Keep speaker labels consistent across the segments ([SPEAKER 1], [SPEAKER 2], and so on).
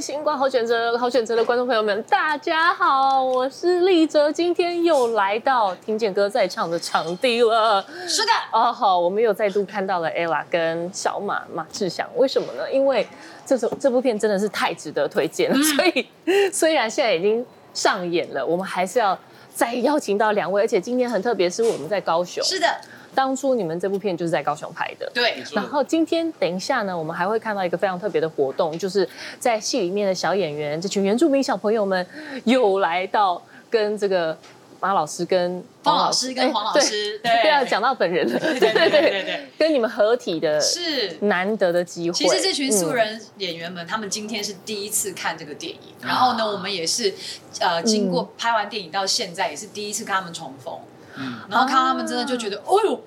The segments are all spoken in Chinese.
[SPEAKER 1] 新冠好选择好选择的观众朋友们，大家好，我是丽哲，今天又来到听见歌在唱的场地了。
[SPEAKER 2] 是的，
[SPEAKER 1] 哦，好，我们又再度看到了 ella 跟小马马志祥，为什么呢？因为这首这部片真的是太值得推荐了，所以虽然现在已经上演了，我们还是要再邀请到两位，而且今天很特别，是我们在高雄，
[SPEAKER 2] 是的，
[SPEAKER 1] 当初你们这部片就是在高雄拍的，
[SPEAKER 2] 对，
[SPEAKER 1] 然后今天等一下呢，我们还会看到一个非常特别的活动，就是在戏里面的小演员，这群原住民小朋友们又来到跟这个马老师跟
[SPEAKER 2] 方老师跟黄老师，对，
[SPEAKER 1] 对啊，讲到本人了，对
[SPEAKER 2] 对对对对，
[SPEAKER 1] 跟你们合体的
[SPEAKER 2] 是。
[SPEAKER 1] 难得的机会。
[SPEAKER 2] 其实这群素
[SPEAKER 1] 嗯
[SPEAKER 2] 人演员们，他们今天是第一次看这个电影，然后呢，我们也是呃，经过拍完电影到现在，也是第一次跟他们重逢，
[SPEAKER 3] 嗯，
[SPEAKER 2] 然后看到他们真的就觉得，哦呦，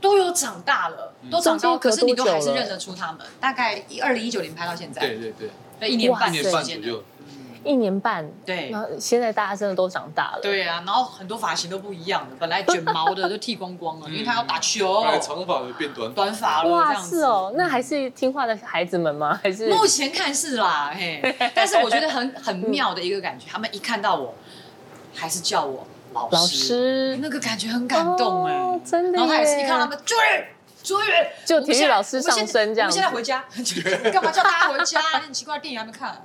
[SPEAKER 2] 都有长大了，都长
[SPEAKER 1] 中间隔
[SPEAKER 2] 高，可是你都
[SPEAKER 1] 多久
[SPEAKER 2] 还是
[SPEAKER 1] 了
[SPEAKER 2] 认得出他们。大概一二零一九年拍到现在
[SPEAKER 3] 对，对对，
[SPEAKER 2] 对，一年
[SPEAKER 1] 哇
[SPEAKER 2] 半
[SPEAKER 3] 一
[SPEAKER 2] 的
[SPEAKER 3] 年半
[SPEAKER 2] 时
[SPEAKER 3] 左
[SPEAKER 2] 间，
[SPEAKER 3] 右，
[SPEAKER 1] 一年半，
[SPEAKER 2] 对
[SPEAKER 1] 然后现在大家真的都长大了，，
[SPEAKER 2] 对啊，然后很多发型都不一样的，本来卷毛的都剃光光了，因为他要打球
[SPEAKER 3] 本，来长发的变短
[SPEAKER 2] 哦
[SPEAKER 3] 发，
[SPEAKER 2] 短发了这
[SPEAKER 1] 哇，
[SPEAKER 2] 样
[SPEAKER 1] 是
[SPEAKER 2] 子。
[SPEAKER 1] 哦，那还是听话的孩子们吗？还是
[SPEAKER 2] 目前看是啦，嘿， 但是我觉得很很妙的一个感觉，他们一看到我，还是叫我老师，
[SPEAKER 1] 老师
[SPEAKER 2] 那个感觉很感动哎、
[SPEAKER 1] 哦真的
[SPEAKER 2] 然后他也是
[SPEAKER 1] 耶
[SPEAKER 2] 一看到他们，卓远，卓远，
[SPEAKER 1] 就
[SPEAKER 2] 我们
[SPEAKER 1] 体育
[SPEAKER 2] 现在
[SPEAKER 1] 老师上身这样
[SPEAKER 2] 我们
[SPEAKER 1] 子
[SPEAKER 2] 现在我们现在回家， 干嘛叫大家回家？那很奇怪，电影还没看，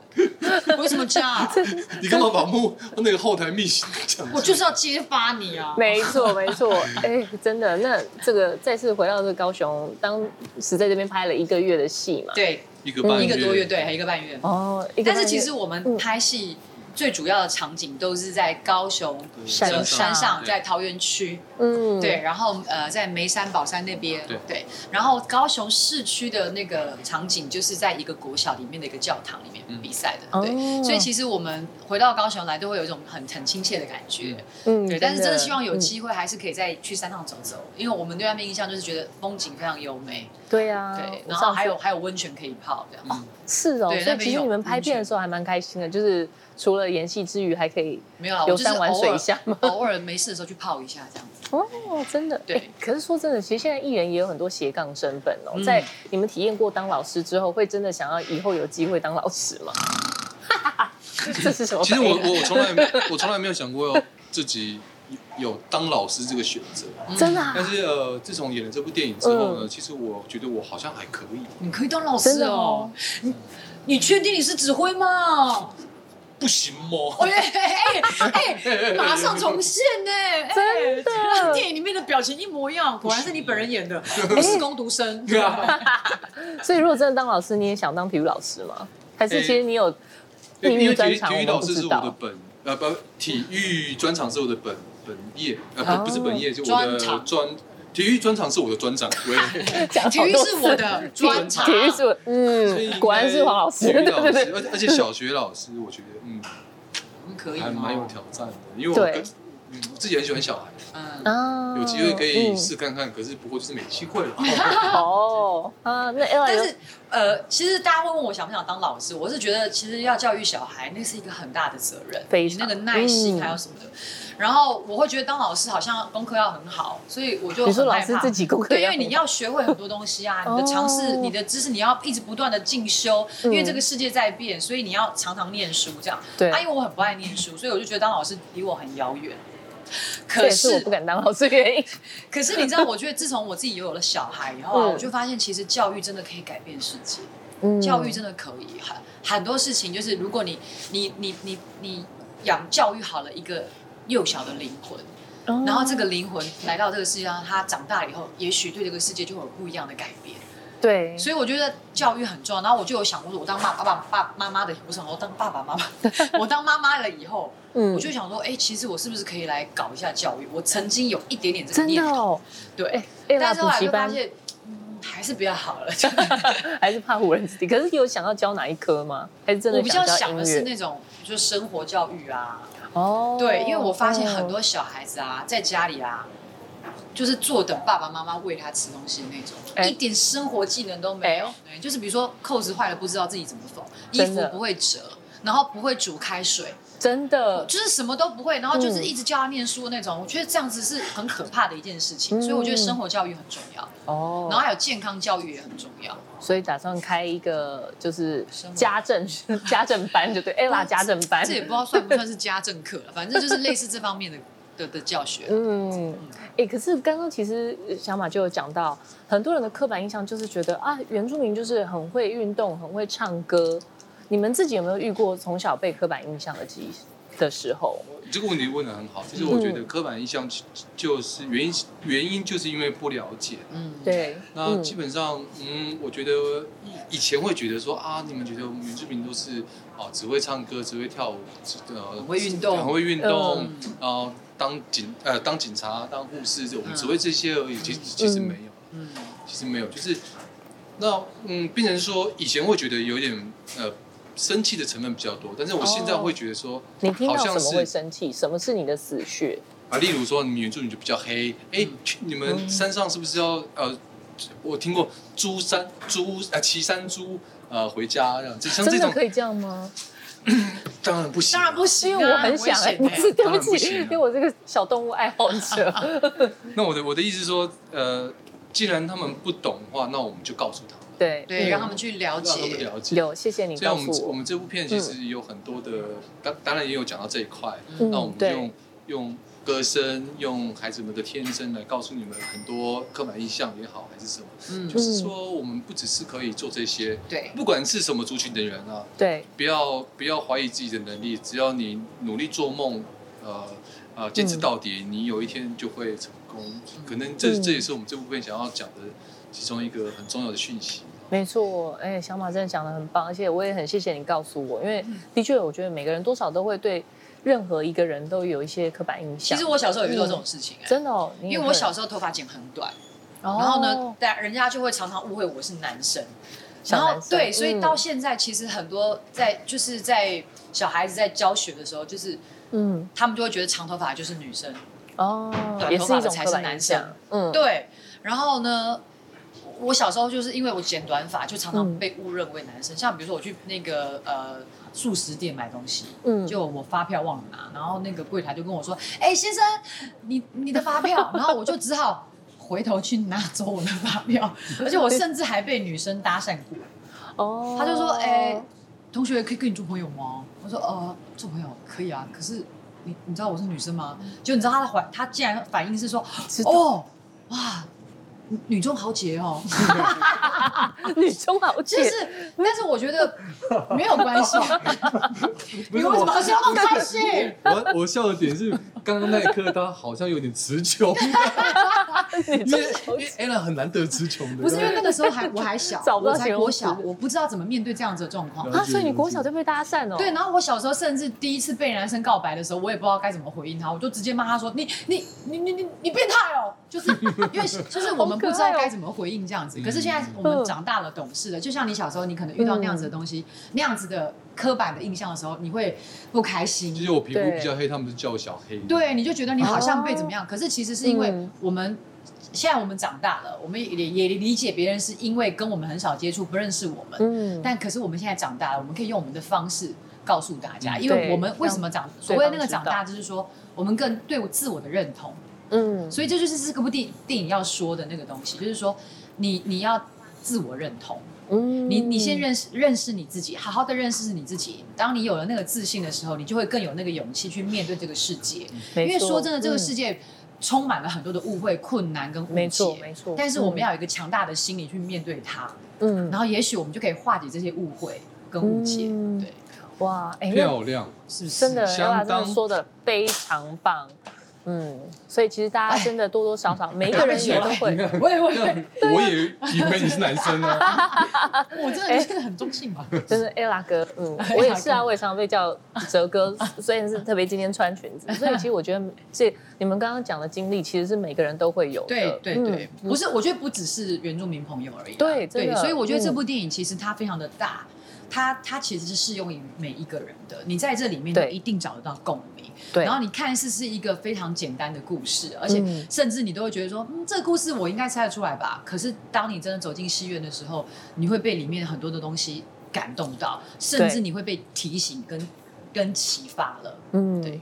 [SPEAKER 2] 回什 么家、啊？
[SPEAKER 3] 你干嘛把幕那个后台密信讲？
[SPEAKER 2] 我就是要揭发你啊！
[SPEAKER 1] 没错，没错，哎、真的，那这个再次回到这个高雄，当时在这边拍了一个月的戏嘛，
[SPEAKER 2] 对，
[SPEAKER 3] 一个半
[SPEAKER 2] 一个多月，，对，还一个半月。
[SPEAKER 1] 哦，一个半
[SPEAKER 2] 但是
[SPEAKER 1] 月
[SPEAKER 2] 其实我们拍戏最主要的场景都是在高雄
[SPEAKER 1] 山
[SPEAKER 2] 的
[SPEAKER 1] 上
[SPEAKER 2] 山上，在桃园区。
[SPEAKER 1] 嗯，
[SPEAKER 2] 对，，然后呃，在眉山宝山那边，
[SPEAKER 3] 对
[SPEAKER 2] 然后高雄市区的那个场景就是在一个国小里面的一个教堂里面
[SPEAKER 3] 嗯
[SPEAKER 2] 比赛的，
[SPEAKER 1] 哦
[SPEAKER 2] 对，所以其实我们回到高雄来都会有一种很很亲切的感觉，
[SPEAKER 1] 嗯
[SPEAKER 2] 对，但是真的希望有、机会还是可以再去山上走走，因为我们对那边印象就是觉得风景非常优美，
[SPEAKER 1] 嗯对啊，
[SPEAKER 2] 对，
[SPEAKER 1] 我
[SPEAKER 2] 然后
[SPEAKER 1] 上次
[SPEAKER 2] 还有还有温泉可以泡这样，哦，
[SPEAKER 1] 是哦，
[SPEAKER 2] 对
[SPEAKER 1] 所
[SPEAKER 2] 那
[SPEAKER 1] 以
[SPEAKER 2] 边
[SPEAKER 1] 其实
[SPEAKER 2] 有
[SPEAKER 1] 你们拍片的时候还蛮开心的，就是除了演戏之余，还可以
[SPEAKER 2] 没有啦，我
[SPEAKER 1] 游
[SPEAKER 2] 就是
[SPEAKER 1] 山玩
[SPEAKER 2] 偶
[SPEAKER 1] 水一
[SPEAKER 2] 尔
[SPEAKER 1] 下吗？
[SPEAKER 2] 偶尔没事的时候去泡一下这样子，
[SPEAKER 1] 哦，真的，
[SPEAKER 2] 对
[SPEAKER 1] 哎可是说真的，其实现在艺人也有很多斜杠身份哦，
[SPEAKER 2] 嗯
[SPEAKER 1] 在你们体验过当老师之后，会真的想要以后有机会当老师吗？ 这是什么
[SPEAKER 3] 其
[SPEAKER 1] 反
[SPEAKER 3] 实
[SPEAKER 1] 应啊？
[SPEAKER 3] 我我我从来没我从来没有想过要自己有当老师这个选择，
[SPEAKER 2] 嗯
[SPEAKER 1] 真的、啊
[SPEAKER 3] 但，是呃，自从演了这部电影之后呢，其实我觉得我好像还可以，
[SPEAKER 2] 嗯你可以当老
[SPEAKER 1] 真
[SPEAKER 2] 师
[SPEAKER 1] 的
[SPEAKER 2] 哦
[SPEAKER 1] 哦，
[SPEAKER 2] 你你确定你是指挥吗？
[SPEAKER 3] 不行
[SPEAKER 2] 哦
[SPEAKER 3] 吗？
[SPEAKER 2] 耶！哎哎，马上重现呢、哎
[SPEAKER 1] 真的
[SPEAKER 2] 跟电影里面的表情一模一样，果然是你本人演的，不是攻 读生。
[SPEAKER 3] 对啊，
[SPEAKER 1] 所以如果真的当老师，你也想当体育老师吗？还是其实你有地
[SPEAKER 3] 哎因
[SPEAKER 1] 域
[SPEAKER 3] 为体
[SPEAKER 1] 专
[SPEAKER 3] 育
[SPEAKER 1] 长，
[SPEAKER 3] 体
[SPEAKER 1] 我
[SPEAKER 3] 育
[SPEAKER 1] 们
[SPEAKER 3] 老
[SPEAKER 1] 不
[SPEAKER 3] 师是
[SPEAKER 1] 知
[SPEAKER 3] 我的
[SPEAKER 1] 道。
[SPEAKER 3] 本呃不体育专长是我的本本业呃
[SPEAKER 1] 哦
[SPEAKER 3] 不不是本业就我
[SPEAKER 2] 专
[SPEAKER 3] 的
[SPEAKER 2] 长
[SPEAKER 3] 专体育专长是我的专长，对。
[SPEAKER 1] 讲
[SPEAKER 2] 体
[SPEAKER 1] 好
[SPEAKER 2] 育
[SPEAKER 1] 多
[SPEAKER 2] 是
[SPEAKER 1] 次
[SPEAKER 2] 我 的专长
[SPEAKER 1] 体，育是我，
[SPEAKER 3] 所以应该
[SPEAKER 1] 嗯，果然是黄老师，
[SPEAKER 3] 体
[SPEAKER 1] 对
[SPEAKER 3] 育老
[SPEAKER 1] 对
[SPEAKER 3] 师
[SPEAKER 1] 对，
[SPEAKER 3] 而且而且小学老师，我觉得嗯，
[SPEAKER 2] 我们可以
[SPEAKER 3] 还蛮有
[SPEAKER 2] 吗？
[SPEAKER 3] 挑战的，因为我
[SPEAKER 1] 对
[SPEAKER 3] 跟嗯我自己很喜欢小孩，
[SPEAKER 2] 嗯，
[SPEAKER 1] 啊
[SPEAKER 3] 有机会可以试看看，可是不过就是没机会了。
[SPEAKER 1] 嗯 哦啊，那 Ella
[SPEAKER 2] 但
[SPEAKER 1] 有
[SPEAKER 2] 是呃，其实大家会问我想不想当老师，我是觉得其实要教育小孩，那是一个很大的责任，
[SPEAKER 1] 非
[SPEAKER 2] 你
[SPEAKER 1] 常
[SPEAKER 2] 那个耐
[SPEAKER 1] 嗯
[SPEAKER 2] 心还有什么的。然后我会觉得当老师好像功课要很好，所以我就
[SPEAKER 1] 你说
[SPEAKER 2] 很
[SPEAKER 1] 老
[SPEAKER 2] 害
[SPEAKER 1] 师
[SPEAKER 2] 怕
[SPEAKER 1] 自己功课
[SPEAKER 2] 对，因
[SPEAKER 1] 要
[SPEAKER 2] 为
[SPEAKER 1] 很
[SPEAKER 2] 你
[SPEAKER 1] 好
[SPEAKER 2] 要学会很多东西 啊，
[SPEAKER 1] 哦
[SPEAKER 2] 你的尝试、你的知识，你要一直不断的进修，因为
[SPEAKER 1] 嗯
[SPEAKER 2] 这个世界在变，所以你要常常念书这样。
[SPEAKER 1] 对
[SPEAKER 2] 啊，因为我很不爱念书，所以我就觉得当老师离我很遥远。
[SPEAKER 1] 这
[SPEAKER 2] 可
[SPEAKER 1] 也是我
[SPEAKER 2] 是
[SPEAKER 1] 不，敢当老师的 原因。
[SPEAKER 2] 可是你知道，我觉得自从我自己有了小孩以后啊，
[SPEAKER 1] 嗯
[SPEAKER 2] 我就发现其实教育真的可以改变世界。
[SPEAKER 1] 嗯
[SPEAKER 2] 教育真的可以，很很多事情就是如果你你你你你养教育好了一个幼小的灵魂，
[SPEAKER 1] 哦
[SPEAKER 2] 然后这个灵魂来到这个世界上，他长大以后，也许对这个世界就会有不一样的改变。
[SPEAKER 1] 对，
[SPEAKER 2] 所以我觉得教育很重要。然后我就有想过，我当爸爸爸爸妈妈的，我想我当爸爸 妈妈，我当妈妈了以后，
[SPEAKER 1] 嗯
[SPEAKER 2] 我就想说，哎、其实我是不是可以来搞一下教育？我曾经有一点点这个
[SPEAKER 1] 真的
[SPEAKER 2] 念头，
[SPEAKER 1] 哦，
[SPEAKER 2] 对，
[SPEAKER 1] 哎，Ella
[SPEAKER 2] 但是
[SPEAKER 1] 补
[SPEAKER 2] 后来
[SPEAKER 1] 习
[SPEAKER 2] 就发
[SPEAKER 1] 班
[SPEAKER 2] 现，嗯，还是比较好 了。
[SPEAKER 1] 还是怕唬人子弟，可是有想要教哪一科吗？还是真
[SPEAKER 2] 我
[SPEAKER 1] 的
[SPEAKER 2] 比较
[SPEAKER 1] 教
[SPEAKER 2] 想
[SPEAKER 1] 音
[SPEAKER 2] 的
[SPEAKER 1] 乐？
[SPEAKER 2] 是那种就是生活教育啊，
[SPEAKER 1] 哦，
[SPEAKER 2] 对，因为我发现
[SPEAKER 1] 哦
[SPEAKER 2] 很多小孩子啊，在家里啊，就是坐等爸爸妈妈喂他吃东西那种，
[SPEAKER 1] 哎
[SPEAKER 2] 一点生活技能都没有。
[SPEAKER 1] 哎
[SPEAKER 2] 对，就是比如说扣子坏了不知道自己怎么缝，衣
[SPEAKER 1] 真
[SPEAKER 2] 服
[SPEAKER 1] 的
[SPEAKER 2] 不会折，然后不会煮开水，
[SPEAKER 1] 真的，
[SPEAKER 2] 就是什么都不会，然后
[SPEAKER 1] 嗯
[SPEAKER 2] 就是一直叫他念书那种。我觉得这样子是很可怕的一件事情，
[SPEAKER 1] 嗯
[SPEAKER 2] 所以我觉得生活教育很重要，
[SPEAKER 1] 哦
[SPEAKER 2] 然后还有健康教育也很重要。
[SPEAKER 1] 所以打算开一个就是
[SPEAKER 2] 生活
[SPEAKER 1] 家政 家政班，就对，ella 家政班
[SPEAKER 2] 这。也不知道算不算是家政课了，反正就是类似这方面的的的 教学。
[SPEAKER 1] 嗯，哎、可是刚刚其实小马就有讲到，很多人的刻板印象就是觉得啊，原住民就是很会运动，很会唱歌。你们自己有没有遇过从小被刻板印象的记忆的时候？
[SPEAKER 3] 哦你这个问题问的很好，其实我觉
[SPEAKER 1] 嗯
[SPEAKER 3] 得刻板印象就就是原因，原因就是因为不了解。
[SPEAKER 2] 嗯，
[SPEAKER 1] 对，
[SPEAKER 3] 那基本上，嗯，我觉得以以前会觉得说啊，你们觉得我们原住民都是啊，只会唱歌，只会跳舞，只呃，
[SPEAKER 2] 很会运动
[SPEAKER 3] 很会运动
[SPEAKER 2] 嗯，
[SPEAKER 3] 然后当警呃当警察、当护士，我们
[SPEAKER 2] 嗯
[SPEAKER 3] 只会这些而已。其实其实没有，
[SPEAKER 2] 嗯，
[SPEAKER 3] 其实没有，就是那嗯，变成说以前会觉得有点呃生气的成分比较多，但是我现在
[SPEAKER 1] 哦
[SPEAKER 3] 会觉得说，
[SPEAKER 1] 你听到
[SPEAKER 3] 好
[SPEAKER 1] 什
[SPEAKER 3] 像
[SPEAKER 1] 么会
[SPEAKER 3] 是
[SPEAKER 1] 生气？什么是你的死穴？
[SPEAKER 3] 啊，例如说你们原住民就比较黑，哎、去你们山上是不是要呃，我听过猪山猪啊，骑山猪呃回家这样，就像这
[SPEAKER 1] 真的
[SPEAKER 3] 种
[SPEAKER 1] 可以这样吗？
[SPEAKER 3] 当然不行，
[SPEAKER 2] 当然不行、
[SPEAKER 1] 因
[SPEAKER 2] 啊，
[SPEAKER 1] 为我很想哎、
[SPEAKER 2] 危险
[SPEAKER 1] 不
[SPEAKER 2] 欸
[SPEAKER 1] 是， 对不
[SPEAKER 3] 当然不
[SPEAKER 1] 起，
[SPEAKER 3] 行啊
[SPEAKER 1] 因为我这个小动物爱好者。
[SPEAKER 3] 那我的我的意思是说，呃，既然他们不懂的话，那我们就告诉他们，
[SPEAKER 1] 对
[SPEAKER 2] 对，
[SPEAKER 1] 嗯
[SPEAKER 2] 让他们去了
[SPEAKER 3] 让他们
[SPEAKER 2] 解。
[SPEAKER 3] 了解。
[SPEAKER 1] 有谢谢你
[SPEAKER 3] 所以
[SPEAKER 1] 告
[SPEAKER 3] 我们
[SPEAKER 1] 诉
[SPEAKER 3] 我
[SPEAKER 1] 我。
[SPEAKER 3] 们这部片其实有很多的，当、当然也有讲到这一块，
[SPEAKER 1] 嗯
[SPEAKER 3] 那我们
[SPEAKER 1] 对
[SPEAKER 3] 用用歌声，用孩子们的天真来告诉你们很多刻板印象也好，还是什么。
[SPEAKER 2] 嗯
[SPEAKER 3] 就，是说，我们不只是可以做这些，
[SPEAKER 2] 对，
[SPEAKER 3] 不管是什么族群的人啊，
[SPEAKER 1] 对，
[SPEAKER 3] 不要不要怀疑自己的能力，只要你努力做梦，呃呃，坚持到底，你有一天就会成功。可能这
[SPEAKER 1] 嗯
[SPEAKER 3] 这也是我们这部分想要讲的其中一个很重要的讯息。
[SPEAKER 1] 没错，哎、小马真的讲的很棒，而且我也很谢谢你告诉我，因为
[SPEAKER 2] 嗯
[SPEAKER 1] 的确，我觉得每个人多少都会对任何一个人都有一些刻板印
[SPEAKER 2] 其
[SPEAKER 1] 象。
[SPEAKER 2] 实我小时候有遇到这种事情、哎，
[SPEAKER 1] 真的哦，你哦
[SPEAKER 2] 因为我小时候头发剪很短，
[SPEAKER 1] 然
[SPEAKER 2] 然后呢，大家人家就会常常误会我是男生。
[SPEAKER 1] 小
[SPEAKER 2] 然后
[SPEAKER 1] 男生
[SPEAKER 2] 对，所以
[SPEAKER 1] 嗯
[SPEAKER 2] 到现在其实很多在就是在小孩子在教学的时候，就是
[SPEAKER 1] 嗯
[SPEAKER 2] 他们就会觉得长头发就是女生，
[SPEAKER 1] 哦，
[SPEAKER 2] 短
[SPEAKER 1] 也
[SPEAKER 2] 头
[SPEAKER 1] 是
[SPEAKER 2] 发
[SPEAKER 1] 一
[SPEAKER 2] 的
[SPEAKER 1] 种
[SPEAKER 2] 才
[SPEAKER 1] 刻
[SPEAKER 2] 是
[SPEAKER 1] 板印
[SPEAKER 2] 男
[SPEAKER 1] 象
[SPEAKER 2] 生，
[SPEAKER 1] 嗯，
[SPEAKER 2] 对。然后呢，我小时候就是因为我剪短发，就常
[SPEAKER 1] 嗯
[SPEAKER 2] 常被误认为男生。像比如说我去那个呃素食店买东西，
[SPEAKER 1] 嗯
[SPEAKER 2] 就我发票忘了拿，然后那个柜台就跟我说：“哎、先生，你你的发 票。”然后我就只好回头去拿走我的发 票，而且我甚至还被女生搭讪过。
[SPEAKER 1] 哦，
[SPEAKER 2] 他就说：“哎、同学可以跟你做朋友吗？”我说：“呃，做朋友可以啊，可是你你知道我是女生吗？”就你知道他的反，他竟然反应是说
[SPEAKER 1] 知：“道
[SPEAKER 2] 哦，哇，女女中豪 杰哦。
[SPEAKER 1] 女中豪”杰
[SPEAKER 2] 就，是，但是我觉得没有 关系，你为什么笑那么开心？
[SPEAKER 3] 我我笑的点是，刚刚那一刻他好像有点词 穷，
[SPEAKER 1] 女
[SPEAKER 3] 因
[SPEAKER 1] 中
[SPEAKER 3] 为
[SPEAKER 1] 豪，
[SPEAKER 3] 因为 Ella 很难得词穷的，
[SPEAKER 2] 不是因为那个时候还我还小
[SPEAKER 1] 找不到
[SPEAKER 2] 我才
[SPEAKER 1] 形容
[SPEAKER 2] 国小，
[SPEAKER 1] 词
[SPEAKER 2] 我不知道怎么面对这样子的状况。
[SPEAKER 3] 了
[SPEAKER 1] 啊，所以你国小就被搭讪哦，
[SPEAKER 2] 对，，然后我小时候甚至第一次被男生告白的时候，我也不知道该怎么回应他，我就直接骂他说：“你你你你你你变态哦！”就是因为就是我们不知道该怎么回应这样子。
[SPEAKER 3] 嗯
[SPEAKER 2] 可是现在我们长大了、懂事了，就像你小时候，你可能遇到那样子的东西、那样子的刻板的印象的时候，你会不开
[SPEAKER 3] 其
[SPEAKER 2] 心
[SPEAKER 3] 实，我皮肤比较黑，他们是叫我小黑。
[SPEAKER 2] 对，你就觉得你好像被怎么样。可是其实是因为
[SPEAKER 1] 嗯
[SPEAKER 2] 我们。现在我们长大了，我们也也理解别人是因为跟我们很少接触，不认识我们，
[SPEAKER 1] 嗯，
[SPEAKER 2] 但可是我们现在长大了，我们可以用我们的方式告诉大家，
[SPEAKER 3] 嗯
[SPEAKER 2] 因为
[SPEAKER 1] 对
[SPEAKER 2] 我们为什么长所
[SPEAKER 1] 对
[SPEAKER 2] 谓那个
[SPEAKER 1] 方知道
[SPEAKER 2] 长大，就是说我们更对我自我的认同，
[SPEAKER 1] 嗯，
[SPEAKER 2] 所以这就是这部电电影要说的那个东西，就是说你你要自我认同，
[SPEAKER 1] 嗯
[SPEAKER 2] 你你先认识认识你自己，好好的认识你自己。当你有了那个自信的时候，你就会更有那个勇气去面对这个世界，
[SPEAKER 1] 没
[SPEAKER 2] 因为
[SPEAKER 1] 错
[SPEAKER 2] 说真的，这个
[SPEAKER 1] 嗯
[SPEAKER 2] 世界。充满了很多的误会、困难跟误解，
[SPEAKER 1] 没错没错
[SPEAKER 2] 但是我们
[SPEAKER 1] 嗯
[SPEAKER 2] 要有一个强大的心理去面对它，
[SPEAKER 1] 嗯
[SPEAKER 2] 然后也许我们就可以化解这些误会跟误解，
[SPEAKER 1] 嗯
[SPEAKER 2] 对，哦
[SPEAKER 1] 哇，哎，那
[SPEAKER 3] 漂亮，
[SPEAKER 2] 是不是？
[SPEAKER 1] 真的，
[SPEAKER 3] 相
[SPEAKER 1] Ella 真的
[SPEAKER 3] 当
[SPEAKER 1] 说的非常棒。嗯，所以其实大家真的多多少少，每一个人也都
[SPEAKER 3] 哎
[SPEAKER 1] 会。
[SPEAKER 2] 我也我也，
[SPEAKER 3] 我也以为你是男生啊呢、
[SPEAKER 2] 我真
[SPEAKER 1] 哎
[SPEAKER 2] 的真的很中性嘛。
[SPEAKER 1] 真的 Ella 哥，嗯，我也是啊，我也常常被叫哲哥，所以是特别今天穿裙子。所以其实我觉得这你们刚刚讲的经历，其实是每个人都会有的。
[SPEAKER 2] 对对
[SPEAKER 1] 嗯
[SPEAKER 2] 对，不是，我觉得不只是原住民朋友而已啦。
[SPEAKER 1] 对真
[SPEAKER 2] 对，
[SPEAKER 1] 的嗯
[SPEAKER 2] 所以我觉得这部电影其实它非常的大，它它其实是适用于每一个人的。你在这里面，
[SPEAKER 1] 对
[SPEAKER 2] 你一定找得到共鸣。
[SPEAKER 1] 对
[SPEAKER 2] 然后你看似是一个非常简单的故事，而且
[SPEAKER 1] 嗯
[SPEAKER 2] 甚至你都会觉得说，嗯，这个故事我应该猜得出来吧？可是当你真的走进戏院的时候，你会被里面很多的东西。感动到，甚至你会被提醒跟跟启发了。
[SPEAKER 1] 嗯，
[SPEAKER 2] 对。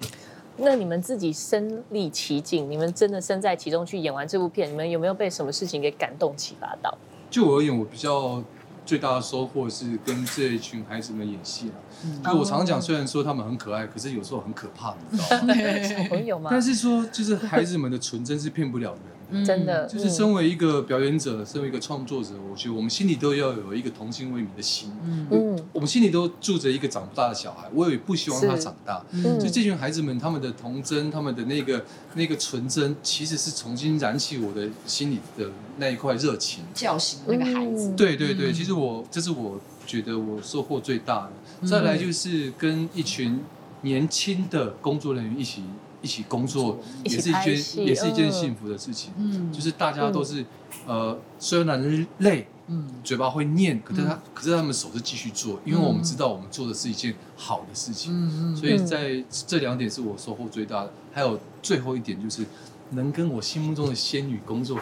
[SPEAKER 1] 那你们自己身历其境，你们真的身在其中去演完这部片，你们有没有被什么事情给感动启发到？
[SPEAKER 3] 就我而言，我比较最大的收获是跟这一群孩子们演戏了。
[SPEAKER 2] 嗯
[SPEAKER 3] 就我常
[SPEAKER 1] 哦
[SPEAKER 3] 常讲，虽然说他们很可爱，可是有时候很可怕，你知道吗？
[SPEAKER 1] 小朋友吗？
[SPEAKER 3] 但是说，就是孩子们的纯真是骗不了人的。
[SPEAKER 2] 嗯
[SPEAKER 1] 真的
[SPEAKER 3] 就是身为一个表演者，身为一个创作者，我觉得我们心里都要有一个童心未泯的心。
[SPEAKER 2] 嗯
[SPEAKER 1] 嗯
[SPEAKER 3] 我们心里都住着一个长不大的小孩，我也不希望他
[SPEAKER 1] 是
[SPEAKER 3] 长大。
[SPEAKER 1] 嗯
[SPEAKER 3] 就这群孩子们，他们的童真，他们的那个那个纯真，其实是重新燃起我的心里的那一块热情。
[SPEAKER 2] 叫醒那个孩子
[SPEAKER 1] 嗯，
[SPEAKER 3] 对对对，
[SPEAKER 2] 嗯
[SPEAKER 3] 其实我这是我觉得我收获最大的。再来就是跟一群年轻的工作人员一起一起工作，
[SPEAKER 1] 一起
[SPEAKER 3] 也是一
[SPEAKER 1] 拍戏
[SPEAKER 3] 件也是一件
[SPEAKER 1] 嗯
[SPEAKER 3] 幸福的事情。
[SPEAKER 2] 嗯
[SPEAKER 3] 就是大家都是呃，虽然累，
[SPEAKER 2] 嗯
[SPEAKER 3] 嘴巴会念，可是他、可是他们手是继续做，因为我们知道我们做的是一件好的事情。
[SPEAKER 2] 嗯嗯，
[SPEAKER 3] 所以在这两点是我收获最大的，还有最后一点就是能跟我心目中的仙女工作，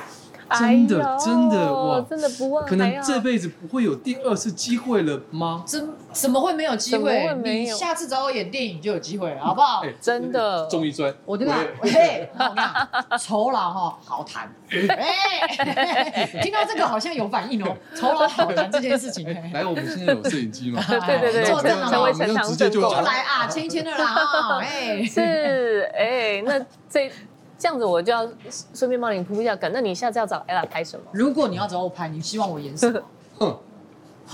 [SPEAKER 3] 真的、
[SPEAKER 1] 哎呦
[SPEAKER 3] 真的哇，
[SPEAKER 1] 真的不忘，
[SPEAKER 3] 可
[SPEAKER 1] 还
[SPEAKER 3] 能
[SPEAKER 1] 要
[SPEAKER 3] 这辈子不会有第二次机会了吗？
[SPEAKER 2] 怎怎么会没有机
[SPEAKER 1] 怎么会
[SPEAKER 2] 会？
[SPEAKER 1] 没
[SPEAKER 2] 你
[SPEAKER 1] 有
[SPEAKER 2] 下次找我演电影就有机会了，好不好？
[SPEAKER 3] 哎
[SPEAKER 1] 真的
[SPEAKER 3] 中一专，
[SPEAKER 2] 我对吧
[SPEAKER 3] 我也？
[SPEAKER 2] 嘿，哎我跟你讲酬劳哈好谈，哎，听到这个好像有反应哦，酬劳好谈这件事情。
[SPEAKER 3] 哎，
[SPEAKER 2] 哎
[SPEAKER 3] 来，我们现在有摄影机 吗？哦
[SPEAKER 2] 对
[SPEAKER 1] 对对对，
[SPEAKER 2] 坐
[SPEAKER 1] 成
[SPEAKER 2] 正了
[SPEAKER 1] 成为
[SPEAKER 2] 我
[SPEAKER 1] 陈
[SPEAKER 3] 们就
[SPEAKER 1] 塘
[SPEAKER 3] 直接就
[SPEAKER 1] 正
[SPEAKER 2] 就
[SPEAKER 1] 贡
[SPEAKER 2] 来啊，签一签的啦，哦 哎，
[SPEAKER 1] 是哎、那这这样子我就要顺便帮你铺一下梗。那你下次要找 ella 拍什么？
[SPEAKER 2] 如果你要找我拍，你希望我演什么？
[SPEAKER 3] 哼，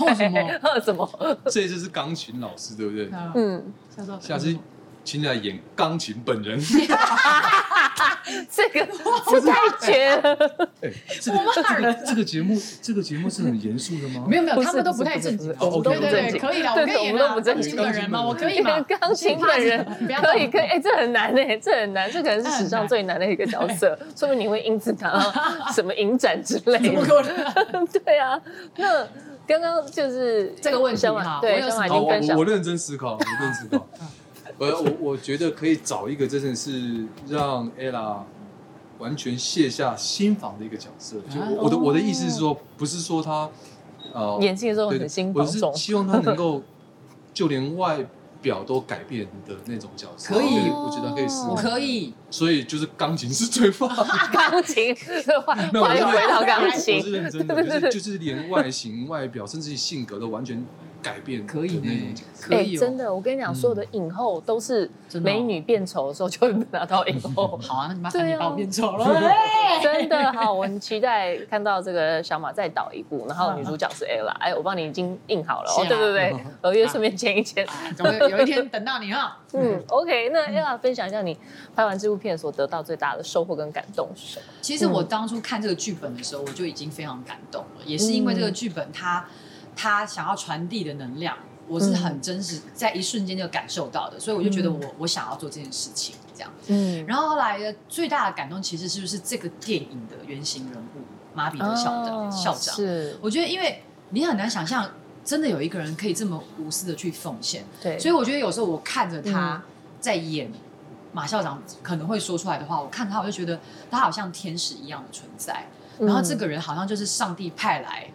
[SPEAKER 2] 为什么？
[SPEAKER 1] 什么？
[SPEAKER 3] 这次是钢琴老师，对不对？
[SPEAKER 2] 嗯，
[SPEAKER 1] 嗯，
[SPEAKER 2] 下次
[SPEAKER 3] 下次请你来演钢琴本 人，
[SPEAKER 1] 这个这太绝了。
[SPEAKER 3] 哎，这个这个这个节目，这个节目是很严肃的吗？
[SPEAKER 2] 没有没有，
[SPEAKER 1] 不是
[SPEAKER 2] 他们都不太正经
[SPEAKER 1] 不是。不
[SPEAKER 3] 是
[SPEAKER 2] 对
[SPEAKER 3] 不是
[SPEAKER 2] 对对，可以啦，我
[SPEAKER 1] 对
[SPEAKER 2] 可以
[SPEAKER 1] 我们
[SPEAKER 2] 啦，
[SPEAKER 1] 都不正
[SPEAKER 2] 钢
[SPEAKER 1] 经
[SPEAKER 2] 琴本人哦嘛，我可 以嘛，
[SPEAKER 1] 钢琴本人
[SPEAKER 2] 不要
[SPEAKER 1] 可以可以，哎、这很难哎、这很难，这可能是史上
[SPEAKER 2] 很难
[SPEAKER 1] 最难的一个角色，说不定你会因此 拿到什么影展之类
[SPEAKER 2] 怎么
[SPEAKER 1] 的。
[SPEAKER 2] 可能？
[SPEAKER 1] 对啊，那刚刚就是
[SPEAKER 2] 这个问题
[SPEAKER 1] 小
[SPEAKER 2] 哈
[SPEAKER 1] 马
[SPEAKER 2] 我
[SPEAKER 1] 对
[SPEAKER 2] 有
[SPEAKER 1] 小马已
[SPEAKER 2] 什
[SPEAKER 3] 好，
[SPEAKER 1] 经
[SPEAKER 3] 我
[SPEAKER 1] 啊分
[SPEAKER 3] 我
[SPEAKER 1] 享
[SPEAKER 3] 我，认真思考，我认真思考。 我我我觉得可以找一个真的是让 ella 完全卸下心防的一个角色。
[SPEAKER 1] 啊
[SPEAKER 3] 就我的我的意思
[SPEAKER 1] 哦
[SPEAKER 3] 是说，不是说她呃
[SPEAKER 1] 演戏的时候
[SPEAKER 3] 对对
[SPEAKER 1] 很心
[SPEAKER 3] 我
[SPEAKER 1] 防
[SPEAKER 3] 是
[SPEAKER 1] 重，
[SPEAKER 3] 希望她能够就连外表都改变的那种角色。
[SPEAKER 2] 可以
[SPEAKER 3] 我觉得我觉得可以
[SPEAKER 1] 哦
[SPEAKER 2] 我
[SPEAKER 3] 试。
[SPEAKER 2] 可以，
[SPEAKER 3] 所以就是钢琴是最棒的。
[SPEAKER 1] 钢 琴，话
[SPEAKER 3] 没有，我
[SPEAKER 1] 话
[SPEAKER 3] 是
[SPEAKER 1] 又回到钢
[SPEAKER 3] 我
[SPEAKER 1] 琴
[SPEAKER 3] 是，认 真的，就是就是连外形、外表，甚至性格都完全改变的
[SPEAKER 2] 可以
[SPEAKER 3] 那种
[SPEAKER 2] 呢
[SPEAKER 3] 角色。，
[SPEAKER 2] 可以哦，
[SPEAKER 1] 哎真的，我跟你讲，所有的影后都是
[SPEAKER 2] 哦
[SPEAKER 1] 美女变丑的时候就会拿到影后
[SPEAKER 2] 。好啊，那你麻烦
[SPEAKER 1] 对
[SPEAKER 2] 你
[SPEAKER 1] 啊
[SPEAKER 2] 把我变丑 了。
[SPEAKER 1] 真的好，我很期待看到这个小马再导一部，然后女主角是 ella，哎，我帮你已经印好了哦，
[SPEAKER 2] 是啊
[SPEAKER 1] 对对 对，合约顺便签一签。
[SPEAKER 2] 哎总有有一天等到你哈。
[SPEAKER 1] 嗯，OK，那 ella 分享一下你拍完这部片所得到最大的收获跟感动是什么？
[SPEAKER 2] 其实我当初看这个剧本的时候，我就已经非常感动了，也是因为这
[SPEAKER 1] 嗯
[SPEAKER 2] 个剧本它它想要传递的能量，我
[SPEAKER 1] 嗯
[SPEAKER 2] 是很真实，在一瞬间就感受到的，所以我就觉得我我想要做这件事情这样。
[SPEAKER 1] 嗯，
[SPEAKER 2] 然后后来的最大的感动，其实是不是这个电影的原型人物马彼得校长、
[SPEAKER 1] 哦
[SPEAKER 2] 校长？
[SPEAKER 1] 是，
[SPEAKER 2] 我觉得，因为你很难想象，真的有一个人可以这么无私的去奉献，
[SPEAKER 1] 对，
[SPEAKER 2] 所以我觉得有时候我看着
[SPEAKER 1] 嗯
[SPEAKER 2] 他在演马校长可能会说出来的话，我看他我就觉得他好像天使一样的存在，
[SPEAKER 1] 嗯
[SPEAKER 2] 然后这个人好像就是上帝派来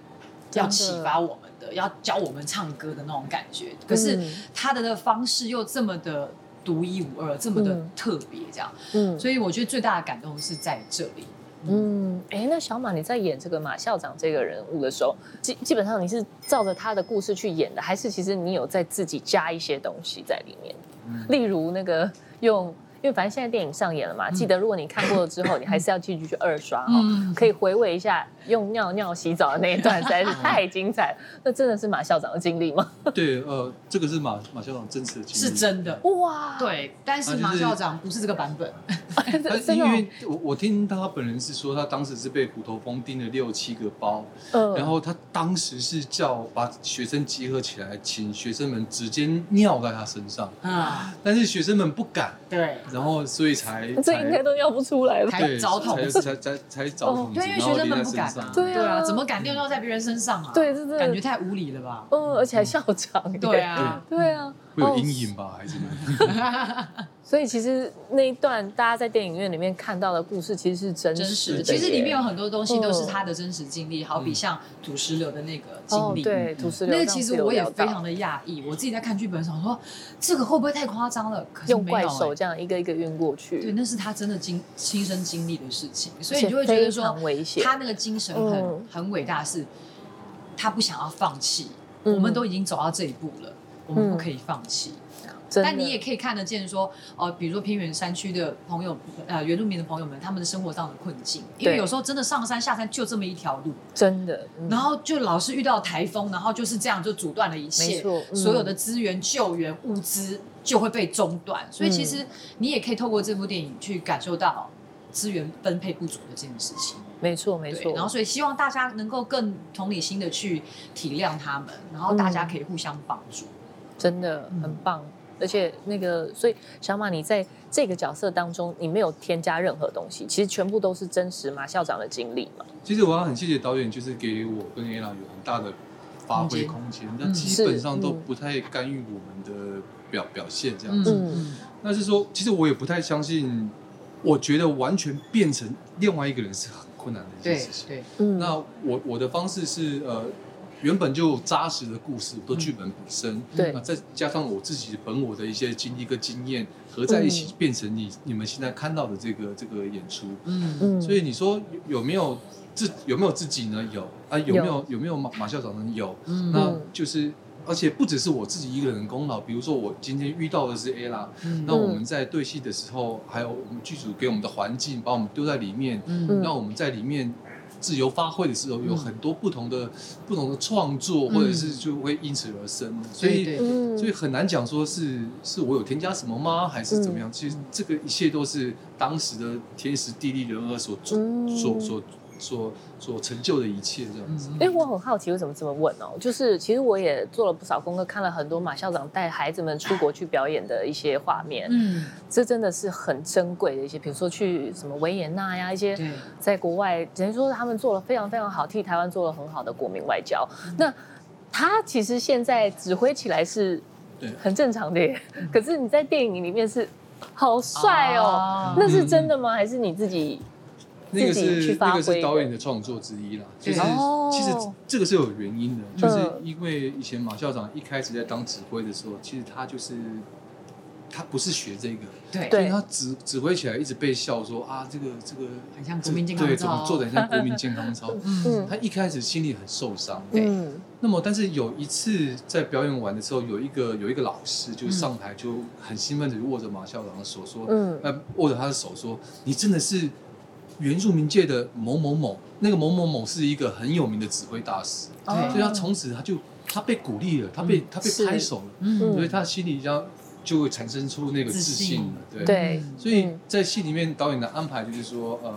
[SPEAKER 1] 真的
[SPEAKER 2] 要启发我们的，要教我们唱歌的那种感觉。可是
[SPEAKER 1] 嗯
[SPEAKER 2] 他的的方式又这么的独一无二，这么的
[SPEAKER 1] 嗯
[SPEAKER 2] 特别，这样，
[SPEAKER 1] 嗯
[SPEAKER 2] 所以我觉得最大的感动是在这里。
[SPEAKER 1] 嗯，哎，那小马你在演这个马校长这个人物的时候，基基本上你是照着他的故事去演的，还是其实你有在自己加一些东西在里面？
[SPEAKER 3] 嗯
[SPEAKER 1] 例如那个用，因为反正现在电影上演了嘛，记得如果你看过了之后，你还是要继续去二刷哦，
[SPEAKER 2] 嗯
[SPEAKER 1] 可以回味一下用尿尿洗澡的那一段，实在是太精彩了。那真的是马校长的经历吗？
[SPEAKER 3] 对，呃，这个是马马校长真实的经历，
[SPEAKER 2] 是真的。
[SPEAKER 1] 哇，
[SPEAKER 2] 对，但是马校长不是这个版本，
[SPEAKER 3] 呃。
[SPEAKER 1] 真
[SPEAKER 3] 因
[SPEAKER 1] 的哦，
[SPEAKER 3] 为我我听他本人是说，他当时是被虎头蜂叮了六七个包，然
[SPEAKER 1] 嗯，
[SPEAKER 3] 后他当时是叫把学生集合起来，请学生们直接尿在他身上，
[SPEAKER 2] 啊，
[SPEAKER 3] 但是学生们不敢，
[SPEAKER 2] 对，
[SPEAKER 3] 然后所以才
[SPEAKER 1] 这应该
[SPEAKER 3] 才
[SPEAKER 1] 都尿不出来吧？
[SPEAKER 2] 还
[SPEAKER 3] 对
[SPEAKER 2] 找桶
[SPEAKER 3] 才
[SPEAKER 2] 子，
[SPEAKER 3] 才才才找
[SPEAKER 1] 哦
[SPEAKER 3] 桶子，
[SPEAKER 2] 对，因为
[SPEAKER 3] 然
[SPEAKER 2] 学
[SPEAKER 3] 后
[SPEAKER 2] 生
[SPEAKER 3] 淋
[SPEAKER 2] 们
[SPEAKER 3] 在
[SPEAKER 2] 不
[SPEAKER 3] 身
[SPEAKER 2] 敢
[SPEAKER 3] 上
[SPEAKER 2] 啊，，
[SPEAKER 1] 对啊
[SPEAKER 2] 怎么敢尿尿在别人身上啊？
[SPEAKER 1] 对这真的
[SPEAKER 2] 感觉太无理了 吧？
[SPEAKER 1] 嗯，而且还校长耶，
[SPEAKER 2] 对啊，
[SPEAKER 1] 对啊，
[SPEAKER 3] 会有
[SPEAKER 1] 哦
[SPEAKER 3] 阴影吧，孩子们。
[SPEAKER 1] 所以其实那一段大家在电影院里面看到的故事，其实是真
[SPEAKER 2] 真实
[SPEAKER 1] 实
[SPEAKER 2] 的。
[SPEAKER 1] 的。哦
[SPEAKER 2] 其实里面
[SPEAKER 1] 有
[SPEAKER 2] 有很多东西都是他的真实经历，好比嗯像土石流的那个
[SPEAKER 1] 哦
[SPEAKER 2] 经，历。嗯
[SPEAKER 1] 对，土石流
[SPEAKER 2] 那个
[SPEAKER 1] 上
[SPEAKER 2] 其
[SPEAKER 1] 次
[SPEAKER 2] 实
[SPEAKER 1] 有
[SPEAKER 2] 我也
[SPEAKER 1] 聊
[SPEAKER 2] 非
[SPEAKER 1] 到
[SPEAKER 2] 常的讶异，我自己在看剧本想说，这个会不会太夸张了？可是
[SPEAKER 1] 用
[SPEAKER 2] 没
[SPEAKER 1] 怪
[SPEAKER 2] 有、
[SPEAKER 1] 手
[SPEAKER 2] 欸，
[SPEAKER 1] 这样一个一个运过
[SPEAKER 2] 对，
[SPEAKER 1] 去，嗯
[SPEAKER 2] 那是他真的经亲身经历的事情，
[SPEAKER 1] 而
[SPEAKER 2] 所以
[SPEAKER 1] 且
[SPEAKER 2] 你就会觉得
[SPEAKER 1] 非
[SPEAKER 2] 说
[SPEAKER 1] 常，危险。
[SPEAKER 2] 他那个精神很、
[SPEAKER 1] 嗯
[SPEAKER 2] 很伟大是，他不想要放弃。
[SPEAKER 1] 嗯
[SPEAKER 2] 我们都已经走到这一步了，我们不可以放弃。
[SPEAKER 1] 真的
[SPEAKER 2] 但你也可以看得见说，呃，比如说偏远山区的朋友，呃，原住民的朋友们，他们的生活上的困境，因为
[SPEAKER 1] 对
[SPEAKER 2] 有时候真的上山下山就这么一条路，
[SPEAKER 1] 真的，嗯
[SPEAKER 2] 然后就老是遇到台风，然后就是这样就阻断了一
[SPEAKER 1] 没
[SPEAKER 2] 切
[SPEAKER 1] 错，嗯
[SPEAKER 2] 所有的资源、救援、物资就会被中断。所以其
[SPEAKER 1] 嗯
[SPEAKER 2] 实你也可以透过这部电影去感受到资源分配不足的这件事情。
[SPEAKER 1] 没错没
[SPEAKER 2] 对，
[SPEAKER 1] 错。
[SPEAKER 2] 然后所以希望大家能够更同理心的去体谅他们，然后大
[SPEAKER 1] 嗯
[SPEAKER 2] 家可以互相帮助。
[SPEAKER 1] 真的
[SPEAKER 2] 嗯
[SPEAKER 1] 很棒。而且那个，所以小马，你在这个角色当中，你没有添加任何东西，其实全部都是真实马校长的经历嘛。
[SPEAKER 3] 其实我要很谢谢导演，就是给我跟 Ella 有很大的发挥空间，那基本上都不太干预我们的表表现这样子。
[SPEAKER 1] 嗯
[SPEAKER 3] 那是说，其实我也不太相信，我觉得完全变成另外一个人是很困难的一件
[SPEAKER 2] 对
[SPEAKER 3] 事情。
[SPEAKER 2] 对，
[SPEAKER 1] 嗯，
[SPEAKER 3] 那我我的方式是呃，原本就有扎实的故事，都剧本本身，
[SPEAKER 1] 对
[SPEAKER 3] 那再加上我自己本我的一些经历跟经验合在一起，变成你你们现在看到的这个这个演出。
[SPEAKER 2] 嗯，
[SPEAKER 1] 嗯，
[SPEAKER 3] 所以你说有有没有自有没有自己呢？有啊，有没有有没有马马校长呢？有，
[SPEAKER 2] 嗯
[SPEAKER 3] 那就是而且不只是我自己一个人的功劳，比如说我今天遇到的是 A 啦，
[SPEAKER 2] 嗯
[SPEAKER 3] 那我们在对戏的时候，还有我们剧组给我们的环境，把我们丢在里面，
[SPEAKER 2] 嗯
[SPEAKER 3] 让我们在里面自由发挥的时候，有
[SPEAKER 2] 嗯
[SPEAKER 3] 很多不同的不同的创作，
[SPEAKER 2] 嗯
[SPEAKER 3] 或者是就会因此而生，所以。
[SPEAKER 2] 对对
[SPEAKER 1] 嗯，
[SPEAKER 3] 所以很难讲说是是我有添加什么吗，还是怎
[SPEAKER 2] 嗯
[SPEAKER 3] 么样？其实这个一切都是当时的天时地利人和所做、
[SPEAKER 1] 嗯
[SPEAKER 3] 所所所所成就的一切这样子。
[SPEAKER 2] 嗯
[SPEAKER 1] 哎、我很好奇，为什么这么问哦？就是其实我也做了不少功课，看了很多马校长带孩子们出国去表演的一些画面，
[SPEAKER 2] 嗯，
[SPEAKER 1] 这真的是很珍贵的一些，比如说去什么维也纳呀，一些
[SPEAKER 2] 对，
[SPEAKER 1] 在国外，等于说他们做了非常非常好，替台湾做了很好的国民外交。
[SPEAKER 2] 嗯
[SPEAKER 1] 那他其实现在指挥起来是
[SPEAKER 3] 对
[SPEAKER 1] 很正常的耶，
[SPEAKER 2] 嗯
[SPEAKER 1] 可是你在电影里面是好帅哦，
[SPEAKER 2] 啊
[SPEAKER 1] 那是真的吗？还是你自己
[SPEAKER 3] 那个
[SPEAKER 1] 自己去
[SPEAKER 3] 是
[SPEAKER 1] 发
[SPEAKER 3] 那
[SPEAKER 1] 挥
[SPEAKER 3] 个
[SPEAKER 1] 的
[SPEAKER 3] 是导演的创作之一啦，就是
[SPEAKER 2] 对
[SPEAKER 1] 哦嗯
[SPEAKER 3] 其实这个是有原因的，就是因为以前马校长一开始在当指挥的时候，其实他就是他不是学这个，
[SPEAKER 1] 对
[SPEAKER 2] 对
[SPEAKER 3] 所以他指指挥起来一直被笑说啊，这个这个
[SPEAKER 2] 很像国民健康
[SPEAKER 3] 对，
[SPEAKER 2] 操
[SPEAKER 3] 怎么做的很像国民健康操？
[SPEAKER 1] 嗯
[SPEAKER 3] 他一开始心里很受伤，
[SPEAKER 2] 对
[SPEAKER 1] 嗯
[SPEAKER 3] 那么，但是有一次在表演完的时候，有一个有一个老师就上台，就很兴奋的握着马校长的手说，
[SPEAKER 1] 嗯
[SPEAKER 3] 呃，握着他的手说，你真的是原住民界的某某某，那个某某某是一个很有名的指挥大师，
[SPEAKER 1] 哦
[SPEAKER 3] 所以他从此他就他被鼓励了，他被、他被
[SPEAKER 1] 是
[SPEAKER 3] 拍手了，
[SPEAKER 1] 嗯
[SPEAKER 3] 所以他心里要就会产生出那个自信了，对。嗯
[SPEAKER 1] 对
[SPEAKER 2] 嗯
[SPEAKER 3] 所以在戏里面导演的安排就是说，呃，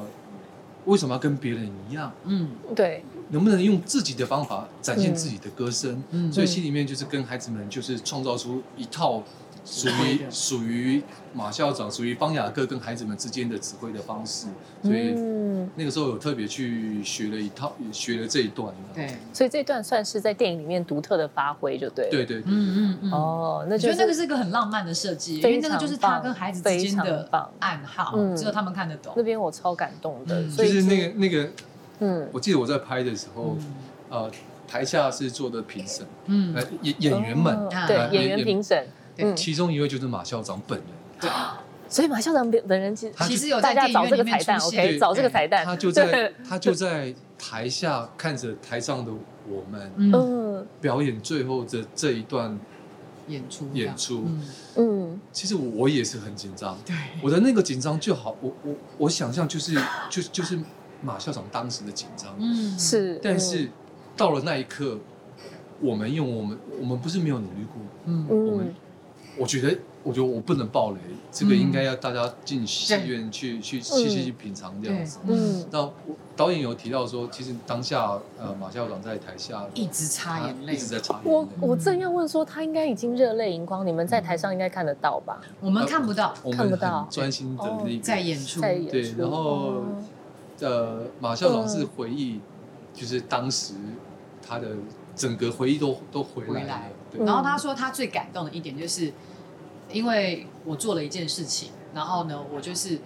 [SPEAKER 3] 为什么要跟别人一样？
[SPEAKER 2] 嗯
[SPEAKER 1] 对
[SPEAKER 3] 能不能用自己的方法展现自己的歌声？
[SPEAKER 2] 嗯
[SPEAKER 3] 所以心里面就是跟孩子们就是创造出一套属于
[SPEAKER 2] 对的
[SPEAKER 3] 属于马校长、属于方雅各跟孩子们之间的指挥的方式。所以
[SPEAKER 1] 嗯，
[SPEAKER 3] 那个时候有特别去学了一套，学了这一段。啊
[SPEAKER 2] 对，
[SPEAKER 1] 所以这段算是在电影里面独特的发挥，就对了。
[SPEAKER 3] 对对对，
[SPEAKER 2] 嗯嗯嗯。
[SPEAKER 1] 哦，那
[SPEAKER 2] 我
[SPEAKER 1] 就
[SPEAKER 2] 觉
[SPEAKER 1] 是
[SPEAKER 2] 得那个是一个很浪漫的设计，因
[SPEAKER 1] 非
[SPEAKER 2] 为
[SPEAKER 1] 常
[SPEAKER 2] 那个就是他跟孩子之间
[SPEAKER 1] 非常
[SPEAKER 2] 的
[SPEAKER 1] 棒
[SPEAKER 2] 暗号
[SPEAKER 1] 嗯，
[SPEAKER 2] 只有他们看得懂
[SPEAKER 1] 那。边我超感动的，
[SPEAKER 2] 嗯
[SPEAKER 1] 所
[SPEAKER 3] 就
[SPEAKER 1] 以
[SPEAKER 3] 是那个那个，
[SPEAKER 1] 嗯
[SPEAKER 3] 我记得我在拍的时候，
[SPEAKER 2] 嗯
[SPEAKER 3] 呃，台下是坐的评审，
[SPEAKER 2] 嗯
[SPEAKER 3] 呃，演演员们，
[SPEAKER 1] 哦
[SPEAKER 2] 啊
[SPEAKER 1] 对
[SPEAKER 3] 呃
[SPEAKER 1] 演员评审，
[SPEAKER 2] 对
[SPEAKER 1] 嗯，
[SPEAKER 3] 其中一位就是马校长本人。
[SPEAKER 2] 对，
[SPEAKER 1] 所以马校长本本人其实
[SPEAKER 3] 他
[SPEAKER 2] 其实有
[SPEAKER 1] 大
[SPEAKER 2] 在
[SPEAKER 1] 家
[SPEAKER 2] 电影
[SPEAKER 1] 找这
[SPEAKER 2] 院
[SPEAKER 1] 个
[SPEAKER 2] 里面
[SPEAKER 1] 彩蛋
[SPEAKER 2] 出
[SPEAKER 1] ，OK，
[SPEAKER 2] 现，
[SPEAKER 3] 对
[SPEAKER 1] 哎
[SPEAKER 3] 哎
[SPEAKER 1] 找这个彩蛋，
[SPEAKER 3] 他就在
[SPEAKER 1] 对，
[SPEAKER 3] 他就在台下看着台上的我们
[SPEAKER 2] 嗯
[SPEAKER 1] 嗯
[SPEAKER 3] 表演最后的这一段。
[SPEAKER 2] 演出
[SPEAKER 3] 演出
[SPEAKER 2] 嗯
[SPEAKER 1] 嗯，
[SPEAKER 3] 其实我我也是很紧张，
[SPEAKER 2] 对，
[SPEAKER 3] 我的那个紧张就好，我我我想象就是就就是马校长当时的紧张，
[SPEAKER 2] 嗯
[SPEAKER 1] 是，
[SPEAKER 3] 但
[SPEAKER 1] 嗯
[SPEAKER 3] 是到了那一刻，我们用我们我们不是没有努力过，
[SPEAKER 2] 嗯
[SPEAKER 3] 我
[SPEAKER 1] 嗯
[SPEAKER 3] 们，我觉得我觉得我不能爆雷，这个
[SPEAKER 2] 嗯
[SPEAKER 3] 应该要大家进戏院去去细细去品尝这样子。
[SPEAKER 1] 嗯
[SPEAKER 3] 那我导演有提到说，其实当下呃马校长在台下
[SPEAKER 2] 一直擦眼泪
[SPEAKER 3] 啊一直，在擦眼
[SPEAKER 1] 我
[SPEAKER 3] 泪。
[SPEAKER 1] 我正要问说，他应该已经热泪盈眶，你们在台上应该看得到吧？
[SPEAKER 3] 嗯
[SPEAKER 2] 我
[SPEAKER 3] 啊
[SPEAKER 2] 们看不到
[SPEAKER 3] 我
[SPEAKER 1] 看不
[SPEAKER 3] 们
[SPEAKER 1] 到
[SPEAKER 3] 很专心的那个
[SPEAKER 2] 哦在演出，
[SPEAKER 1] 在演
[SPEAKER 3] 对，
[SPEAKER 1] 出
[SPEAKER 3] 然后
[SPEAKER 1] 哦
[SPEAKER 3] 呃，马校长是回忆，就是当时他的整个回忆都都回
[SPEAKER 2] 回
[SPEAKER 3] 来了
[SPEAKER 2] 来。
[SPEAKER 3] 对
[SPEAKER 1] 嗯
[SPEAKER 2] 然后他说他最感动的一点就是，因为我做了一件事情，然后呢，我就是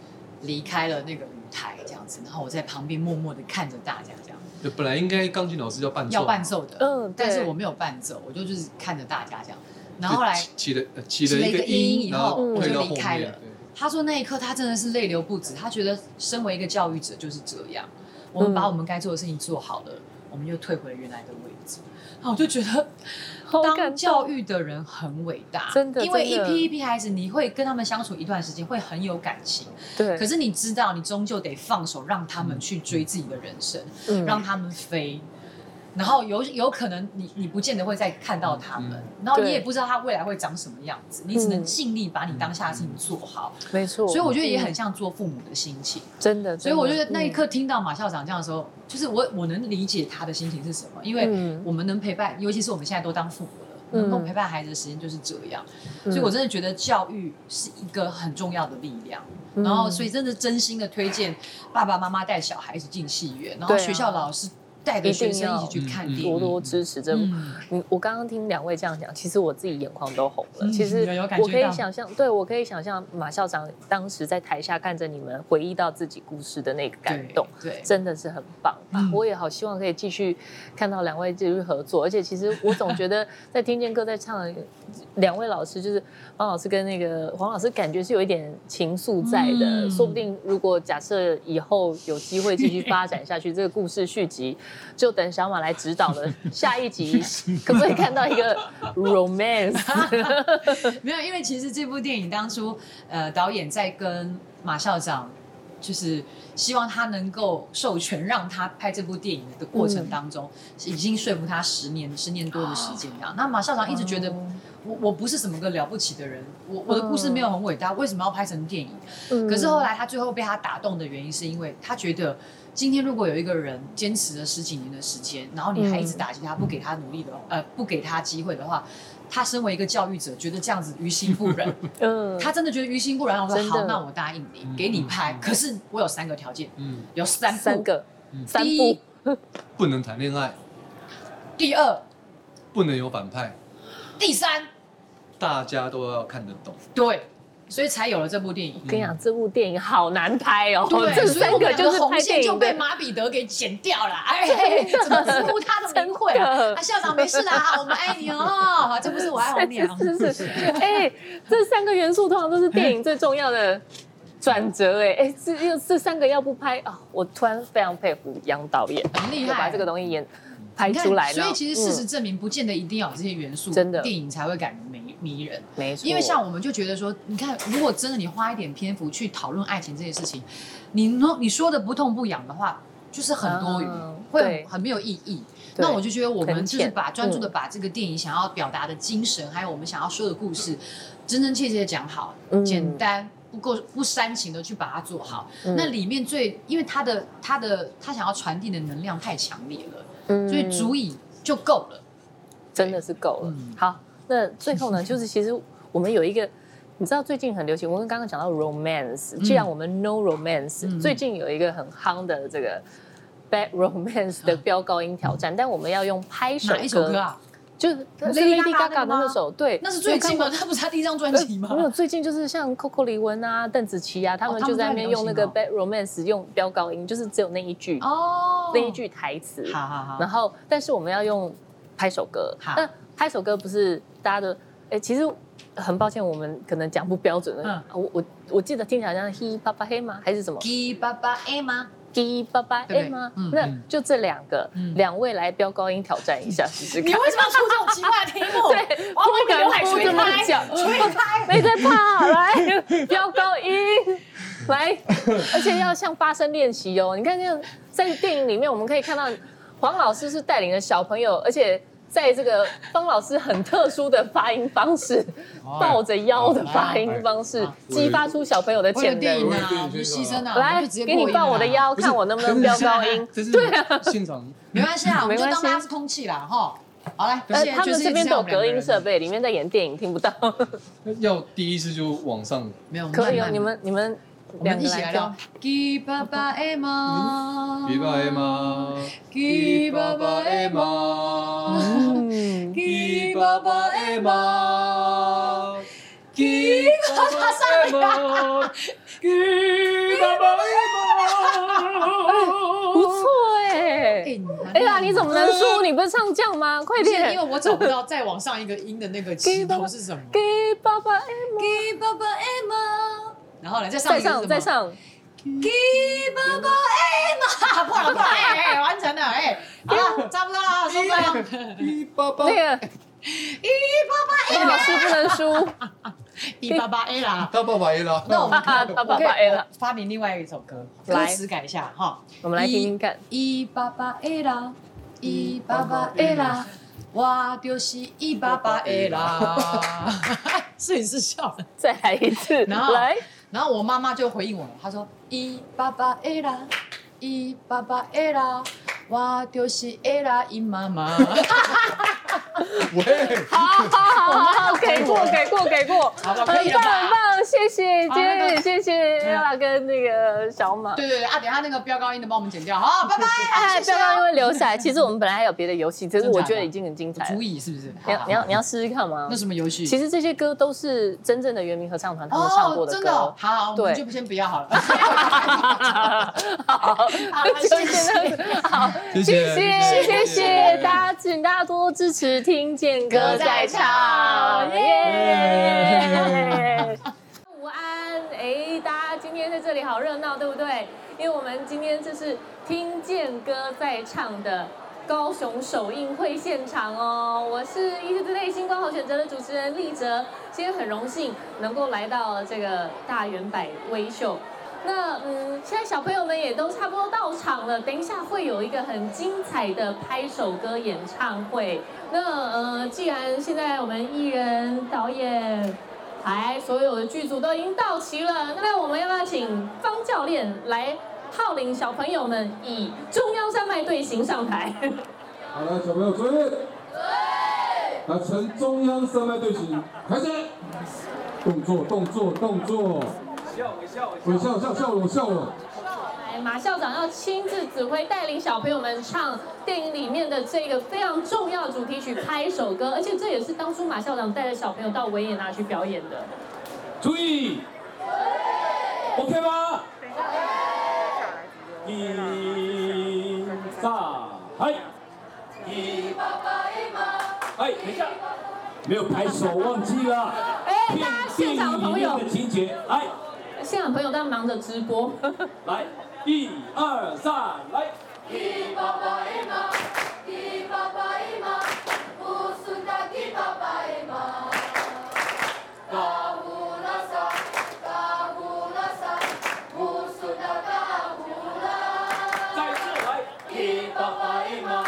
[SPEAKER 2] 离开了那个舞台这样子，然后我在旁边默默的看着大家这样，
[SPEAKER 3] 就本来应该钢琴老师要伴奏，啊
[SPEAKER 2] 要伴奏的，
[SPEAKER 1] 嗯，
[SPEAKER 2] 但是
[SPEAKER 1] 对
[SPEAKER 2] 我没有伴奏，我就就是看着大家这样，然
[SPEAKER 3] 就
[SPEAKER 2] 后后来
[SPEAKER 3] 起起了呃起
[SPEAKER 2] 起
[SPEAKER 3] 了
[SPEAKER 2] 了
[SPEAKER 3] 一
[SPEAKER 2] 一
[SPEAKER 3] 个
[SPEAKER 2] 个音
[SPEAKER 3] 音，
[SPEAKER 2] 以
[SPEAKER 3] 然后
[SPEAKER 2] 后
[SPEAKER 1] 我
[SPEAKER 3] 退
[SPEAKER 1] 就
[SPEAKER 3] 到
[SPEAKER 2] 离
[SPEAKER 3] 后
[SPEAKER 2] 开
[SPEAKER 3] 面
[SPEAKER 2] 了
[SPEAKER 3] 对
[SPEAKER 2] 他说那一刻他真的是泪流不止，他觉得身为一个教育者就是这样，我们
[SPEAKER 1] 嗯
[SPEAKER 2] 把我们该做的事情做好了，我们又退回原来的位置。然后我就觉得
[SPEAKER 1] 好感
[SPEAKER 2] 当
[SPEAKER 1] 动
[SPEAKER 2] 教育的人很伟大，
[SPEAKER 1] 真的
[SPEAKER 2] 因为一
[SPEAKER 1] 真的
[SPEAKER 2] 批一批孩子，你会跟他们相处一段时间，会很有感情。
[SPEAKER 1] 对，
[SPEAKER 2] 可是你知道，你终究得放手，让他们去追自己的人生，
[SPEAKER 1] 嗯
[SPEAKER 2] 让他们飞。然后有有可能你你不见得会再看到他们，然后
[SPEAKER 1] 嗯
[SPEAKER 2] 你
[SPEAKER 1] 对
[SPEAKER 2] 也不知道他未来会长什么样子，你只能
[SPEAKER 1] 嗯
[SPEAKER 2] 尽力把你当下的事情做好。
[SPEAKER 1] 没错，嗯
[SPEAKER 2] 所以我觉得也很像做父母的心情。
[SPEAKER 1] 真的，
[SPEAKER 2] 所以我觉得那一
[SPEAKER 1] 刻。嗯
[SPEAKER 2] 刻听到马校长这样的时候，就是我我能理解他的心情是什么，因为
[SPEAKER 1] 嗯
[SPEAKER 2] 我们能陪伴，尤其是我们现在都当父母了。
[SPEAKER 1] 嗯
[SPEAKER 2] 能够陪伴孩子的时间就是这样，
[SPEAKER 1] 嗯
[SPEAKER 2] 所以我真的觉得教育是一个很重要的力量。
[SPEAKER 1] 嗯
[SPEAKER 2] 然后，所以真的真心的推荐爸爸妈妈带小孩子进戏院，然后
[SPEAKER 1] 对啊
[SPEAKER 2] 学校老师带着学生一起去看电
[SPEAKER 1] 多
[SPEAKER 2] 影。
[SPEAKER 1] 多支持这部。
[SPEAKER 2] 嗯，
[SPEAKER 1] 嗯，我刚刚听两位这样讲，其实我自己眼眶都红了。
[SPEAKER 2] 嗯
[SPEAKER 1] 其实
[SPEAKER 2] 有有感
[SPEAKER 1] 我
[SPEAKER 2] 觉
[SPEAKER 1] 可以
[SPEAKER 2] 到
[SPEAKER 1] 想象，对我可以想象马校长当时在台下看着你们回忆到自己故事的那个感动，
[SPEAKER 2] 对，
[SPEAKER 1] 真的是很棒、啊
[SPEAKER 2] 嗯！
[SPEAKER 1] 我也好希望可以继续看到两位继续合作，而且其实我总觉 得在听见歌在唱的两位老师，就是方老师跟那个黄老师，感觉是有一点情愫在的。
[SPEAKER 2] 嗯
[SPEAKER 1] 说不定如果假设以后有机会继续发展下 去，这个故事续集就等小马来指导了。下一集可不可以看到一个 romance？
[SPEAKER 2] 没有，因为其实这部电影当初，呃，导演在跟马校长，就是希望他能够授权让他拍这部电影的过程当中，已经说服他十年、十年多的时间这样。那马校长一直觉得
[SPEAKER 1] 哦
[SPEAKER 2] 我我不是什么个了不起的人，我我的故事没有很伟大，为什么要拍成电影？
[SPEAKER 1] 嗯
[SPEAKER 2] 可是后来他最后被他打动的原因，是因为他觉得今天如果有一个人坚持了十几年的时间，然后你还一
[SPEAKER 1] 嗯
[SPEAKER 2] 直打击他，不给他努力的，呃，不给他机会的话，他身为一个教育者，觉得这样子于心不 忍。
[SPEAKER 1] 嗯，
[SPEAKER 2] 他真的觉得于心不忍，我说
[SPEAKER 1] 真的
[SPEAKER 2] 好，那我答应你
[SPEAKER 3] 嗯，
[SPEAKER 2] 给你拍
[SPEAKER 3] 嗯。嗯
[SPEAKER 2] 可是我有三个条件，
[SPEAKER 3] 嗯，
[SPEAKER 2] 有三步
[SPEAKER 1] 三，个
[SPEAKER 3] 嗯
[SPEAKER 1] 三
[SPEAKER 2] 第
[SPEAKER 1] 步
[SPEAKER 2] 一，
[SPEAKER 3] 不能谈恋爱，
[SPEAKER 2] 第二，
[SPEAKER 3] 不能有反派，
[SPEAKER 2] 第三，
[SPEAKER 3] 大家都要看得懂。
[SPEAKER 2] 对，所以才有了这部电影。
[SPEAKER 1] 我跟你讲，这部电影好难拍哦，这
[SPEAKER 2] 嗯对，所以
[SPEAKER 1] 三
[SPEAKER 2] 我
[SPEAKER 1] 个
[SPEAKER 2] 们
[SPEAKER 1] 就
[SPEAKER 2] 两
[SPEAKER 1] 是
[SPEAKER 2] 个
[SPEAKER 1] 拍
[SPEAKER 2] 红线
[SPEAKER 1] 电
[SPEAKER 2] 就
[SPEAKER 1] 影
[SPEAKER 2] 被
[SPEAKER 1] 的
[SPEAKER 2] 马彼得给剪掉了。哎，嘿怎么直呼他的名讳
[SPEAKER 1] 真
[SPEAKER 2] 啊？
[SPEAKER 1] 的
[SPEAKER 2] 啊，校长没事的啊，我们爱你哦。这不是我爱红娘。
[SPEAKER 1] 是是是，哎、这三个元素通常都是电影最重要的转折、哎哎，这又这三个要不拍啊，我突然非常佩服杨导演，
[SPEAKER 2] 很厉
[SPEAKER 1] 有
[SPEAKER 2] 害
[SPEAKER 1] 把这个东西演拍
[SPEAKER 2] 你看
[SPEAKER 1] 出来呢。
[SPEAKER 2] 所以其实事实
[SPEAKER 1] 嗯、
[SPEAKER 2] 证明，不见得一定要有这些元素，
[SPEAKER 1] 真的
[SPEAKER 2] 电影才会感人迷迷人。
[SPEAKER 1] 没错，
[SPEAKER 2] 因为像我们就觉得说，你看，如果真的你花一点篇幅去讨论爱情这件事情，你说你说的不痛不痒的话，就是很多余，
[SPEAKER 1] 嗯
[SPEAKER 2] 会
[SPEAKER 1] 对
[SPEAKER 2] 很很没有意义。
[SPEAKER 1] 对
[SPEAKER 2] 那我就觉得我们就
[SPEAKER 1] 很
[SPEAKER 2] 是
[SPEAKER 1] 浅
[SPEAKER 2] 把专注的
[SPEAKER 1] 嗯
[SPEAKER 2] 把这个电影想要表达的精神，还有我们想要说的故事，真真切切的讲好，
[SPEAKER 1] 嗯
[SPEAKER 2] 简单。不够不煽情的去把它做好，
[SPEAKER 1] 嗯
[SPEAKER 2] 那里面最因为他的他的他想要传递的能量太强烈了，
[SPEAKER 1] 嗯
[SPEAKER 2] 所以足以就够了。
[SPEAKER 1] 真的是够了。
[SPEAKER 2] 嗯
[SPEAKER 1] 好，那最后 呢，就是其实我们有一个，你知道最近很流行，我们刚刚讲到 romance，既然我们 no romance，、
[SPEAKER 2] 嗯
[SPEAKER 1] 最近有一个很夯的这个 bad romance 的飙高音挑战，但我们要用拍手
[SPEAKER 2] 啊哪一首歌啊？
[SPEAKER 1] 就是是
[SPEAKER 2] Lady
[SPEAKER 1] Lady
[SPEAKER 2] Gaga 的
[SPEAKER 1] Gaga 的那
[SPEAKER 2] 吗
[SPEAKER 1] 首，对，
[SPEAKER 2] 那是最近吗？ 那不是他第一张专 辑吗？
[SPEAKER 1] 没有，最近就是像 Coco 李玟啊、邓紫棋啊，他们
[SPEAKER 2] 哦他
[SPEAKER 1] 就
[SPEAKER 2] 们
[SPEAKER 1] 在那
[SPEAKER 2] 在
[SPEAKER 1] 边
[SPEAKER 2] 流
[SPEAKER 1] 用那
[SPEAKER 2] 行
[SPEAKER 1] 个
[SPEAKER 2] 哦
[SPEAKER 1] bad romance 用飙高音，就是只有那一句、
[SPEAKER 2] 哦，
[SPEAKER 1] 那一句台词。
[SPEAKER 2] 好好好，
[SPEAKER 1] 然后，但是我们要用拍手歌。
[SPEAKER 2] 好
[SPEAKER 1] 那拍手歌不是大家的，哎，其实很抱歉，我们可能讲不标准的。
[SPEAKER 2] 嗯
[SPEAKER 1] 啊我我我记得听起来好像 he 爸爸黑吗？还是什么
[SPEAKER 2] 给爸爸爱吗？
[SPEAKER 1] he 爸爸
[SPEAKER 2] 对不
[SPEAKER 1] 黑
[SPEAKER 2] 对
[SPEAKER 1] 吗
[SPEAKER 2] 嗯？
[SPEAKER 1] 那
[SPEAKER 3] 嗯
[SPEAKER 1] 就这两个，
[SPEAKER 2] 嗯
[SPEAKER 1] 两位来飙高音挑战一下试试
[SPEAKER 2] 你
[SPEAKER 1] 看。
[SPEAKER 2] 为什么要出这种奇怪的题目？
[SPEAKER 1] 对，
[SPEAKER 2] 我要
[SPEAKER 1] 不
[SPEAKER 2] 把
[SPEAKER 1] 敢
[SPEAKER 2] 刘海
[SPEAKER 1] 哭
[SPEAKER 2] 吹
[SPEAKER 1] 这么
[SPEAKER 2] 开，
[SPEAKER 1] 久，没在怕， 来飙高音，来，而且要像发声练习哦。你看这样，在电影里面我们可以看到黄老师是带领了小朋友，而且。在这个方老师很特殊的发音方式，
[SPEAKER 3] 嗯
[SPEAKER 1] 抱着腰的发音方式
[SPEAKER 2] 哎，
[SPEAKER 1] 激发出小朋友的
[SPEAKER 2] 为了
[SPEAKER 1] 潜
[SPEAKER 2] 电影
[SPEAKER 1] 能。
[SPEAKER 2] 啊，我们就牺牲啊，我
[SPEAKER 1] 来
[SPEAKER 2] 们就直接，
[SPEAKER 1] 给你抱我的
[SPEAKER 2] 过瘾啊，
[SPEAKER 1] 腰，
[SPEAKER 3] 不是
[SPEAKER 1] 看我能不能飙高音。
[SPEAKER 3] 这是对啊，现场
[SPEAKER 2] 没关系啊，我们就
[SPEAKER 1] 没
[SPEAKER 2] 当
[SPEAKER 1] 关
[SPEAKER 2] 它
[SPEAKER 1] 系
[SPEAKER 2] 是空气啦，哈。好来，
[SPEAKER 1] 呃，
[SPEAKER 2] 现在
[SPEAKER 1] 他
[SPEAKER 2] 就
[SPEAKER 1] 们
[SPEAKER 2] 是
[SPEAKER 1] 这边都有
[SPEAKER 2] 只有
[SPEAKER 1] 隔
[SPEAKER 2] 我们两个
[SPEAKER 1] 音
[SPEAKER 2] 人
[SPEAKER 1] 设，备，里面在演电影听不到。
[SPEAKER 3] 要第一次就往上，
[SPEAKER 2] 没 有，
[SPEAKER 1] 可以哦
[SPEAKER 2] 慢，慢
[SPEAKER 1] 你们你们
[SPEAKER 2] 我
[SPEAKER 1] 两
[SPEAKER 2] 们
[SPEAKER 1] 个
[SPEAKER 2] 一起来
[SPEAKER 1] 飙
[SPEAKER 2] 聊。给爸爸爱吗？
[SPEAKER 3] 别怕爱？吗？
[SPEAKER 2] 给爸爸爱吗？
[SPEAKER 3] 吗？
[SPEAKER 1] 嗯，
[SPEAKER 2] 哎
[SPEAKER 3] 给爸爸爱吗？给
[SPEAKER 1] 不错哎、
[SPEAKER 2] 哎，你还
[SPEAKER 1] 哎呀，你怎么能输？你不是唱将吗？快
[SPEAKER 2] 不是因
[SPEAKER 1] 点
[SPEAKER 2] 为我找不到再往上一个音的那个起头是什么？
[SPEAKER 1] 给爸爸哎
[SPEAKER 2] 给爸爸 Emma，然后呢，再上
[SPEAKER 1] 再
[SPEAKER 2] 一个是什
[SPEAKER 1] 上
[SPEAKER 2] 么
[SPEAKER 1] 再，上，
[SPEAKER 2] 给爸爸 Emma，不好不好，哎哎，完成了，哎，好了，差不多了，收工了。
[SPEAKER 1] 那个
[SPEAKER 2] 一八
[SPEAKER 1] 那个老师不能输，
[SPEAKER 2] 八一八八 A 啦。
[SPEAKER 3] 当爸爸也了，
[SPEAKER 2] 那我们
[SPEAKER 1] 啊
[SPEAKER 2] 可
[SPEAKER 1] 爸爸
[SPEAKER 2] 我可以
[SPEAKER 1] A 啦
[SPEAKER 2] 我发明另外一首歌，歌
[SPEAKER 1] 来
[SPEAKER 2] 词改一下哈。
[SPEAKER 1] 我们来听听看。
[SPEAKER 2] 一八八 A 啦，一八八 A 啦，我就是一八八 A 啦。摄影师笑了。
[SPEAKER 1] 再来一次，
[SPEAKER 2] 然后
[SPEAKER 1] 来，
[SPEAKER 2] 然后我妈妈就回应我，她说：“一八八 A 啦，一八八 A 啦，我就是 A 啦，因妈妈。
[SPEAKER 3] 喂，
[SPEAKER 1] 好好好好好，给过给过给过，
[SPEAKER 2] 好吧
[SPEAKER 1] 很棒
[SPEAKER 2] 可以了吧
[SPEAKER 1] 很棒，谢谢
[SPEAKER 2] 好那
[SPEAKER 1] 杰
[SPEAKER 2] 个啊
[SPEAKER 1] 宇，谢谢艾拉跟那个小马”。
[SPEAKER 2] 对对对，啊，等一下那个标高音的帮我们剪掉， 好，拜拜，啊
[SPEAKER 1] 哎，
[SPEAKER 2] 谢
[SPEAKER 1] 不
[SPEAKER 2] 谢
[SPEAKER 1] 要让因
[SPEAKER 2] 啊。
[SPEAKER 1] 为留下来。其实我们本来还有别的游戏，只是
[SPEAKER 2] 真假的
[SPEAKER 1] 我觉得已经很精彩了。
[SPEAKER 2] 足以是不是？
[SPEAKER 1] 你要你
[SPEAKER 2] 好
[SPEAKER 1] 要
[SPEAKER 2] 好
[SPEAKER 1] 你要试试看吗
[SPEAKER 2] 那？什么游戏？
[SPEAKER 1] 其实这些歌都是真正的原名合唱团他们唱过
[SPEAKER 2] 哦、真的
[SPEAKER 1] 歌。
[SPEAKER 2] 哦 好好，我
[SPEAKER 1] 对
[SPEAKER 2] 们就先不要 好了。
[SPEAKER 1] 好，就
[SPEAKER 2] 谢
[SPEAKER 1] 这样子好，
[SPEAKER 3] 谢
[SPEAKER 1] 谢
[SPEAKER 3] 谢
[SPEAKER 1] 谢谢
[SPEAKER 3] 谢
[SPEAKER 1] 谢
[SPEAKER 3] 谢
[SPEAKER 1] 大家，请大家多多支持，听见歌在 唱，
[SPEAKER 3] 哎
[SPEAKER 1] 耶！午安，哎，大家今天在这里好热闹，对不对？因为我们今天这是听见歌在唱的高雄首映会现场哦，我是 ETtoday 星光好选择的主持人丽哲，今天很荣幸能够来到这个大圆百微秀。那嗯，现在小朋友们也都差不多到场了，等一下会有一个很精彩的拍手歌演唱会。那呃，既然现在我们艺人、导演、哎，所有的剧组都已经到齐了，那我们要不要请方教练来号令小朋友们以中央山脉队形上台？
[SPEAKER 4] 好了，小朋友注意，来呈中央山脉队形，开始，动作动作动作，微笑微笑微笑笑容笑容，
[SPEAKER 1] 来，马校长要亲自指挥带领小朋友们唱电影里面的这个非常重要的主题曲《拍手歌》，而且这也是当初马校长带着小朋友到维也纳去表演的。
[SPEAKER 4] 注意，OK 吗？一、三，嗨，一，哎，等一下，没有拍手，忘记了，
[SPEAKER 1] 哎，大家现场的朋友，
[SPEAKER 4] 情节，来
[SPEAKER 1] 现场朋友在忙着直播。
[SPEAKER 4] 来，一二三，来。再次来，一八八一吗？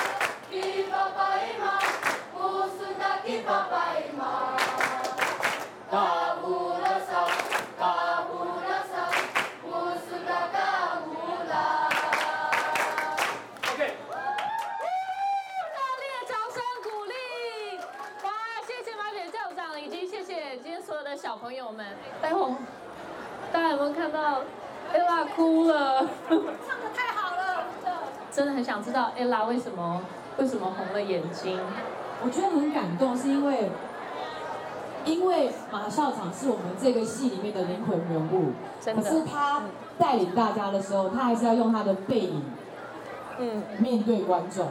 [SPEAKER 1] 热烈的掌声鼓励！哇，谢谢马雪校长，以及谢谢今天所有的小朋友们。待会儿大家有没有看到 ella 哭了？唱的太好了，真的很想知道 ella 为什么为什么红了眼睛。
[SPEAKER 5] 我觉得很感动，是因为因为马校长是我们这个戏里面的灵魂人物，
[SPEAKER 1] 真的
[SPEAKER 5] 可是他带领大家的时候，他还是要用他的背影
[SPEAKER 1] 嗯，
[SPEAKER 5] 面对观众。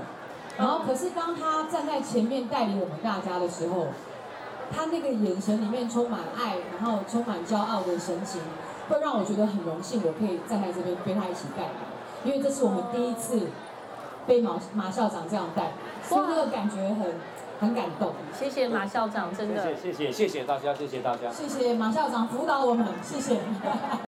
[SPEAKER 5] 然后，可是当他站在前面带领我们大家的时候，他那个眼神里面充满爱，然后充满骄傲的神情，会让我觉得很荣幸，我可以站在这边跟他一起带领，因为这是我们第一次被马马校长这样带领，所以那个感觉很很感动。
[SPEAKER 1] 谢谢马校长，真的。
[SPEAKER 6] 谢谢谢谢谢谢大家，谢谢大家。
[SPEAKER 5] 谢谢马校长辅导我们，谢谢。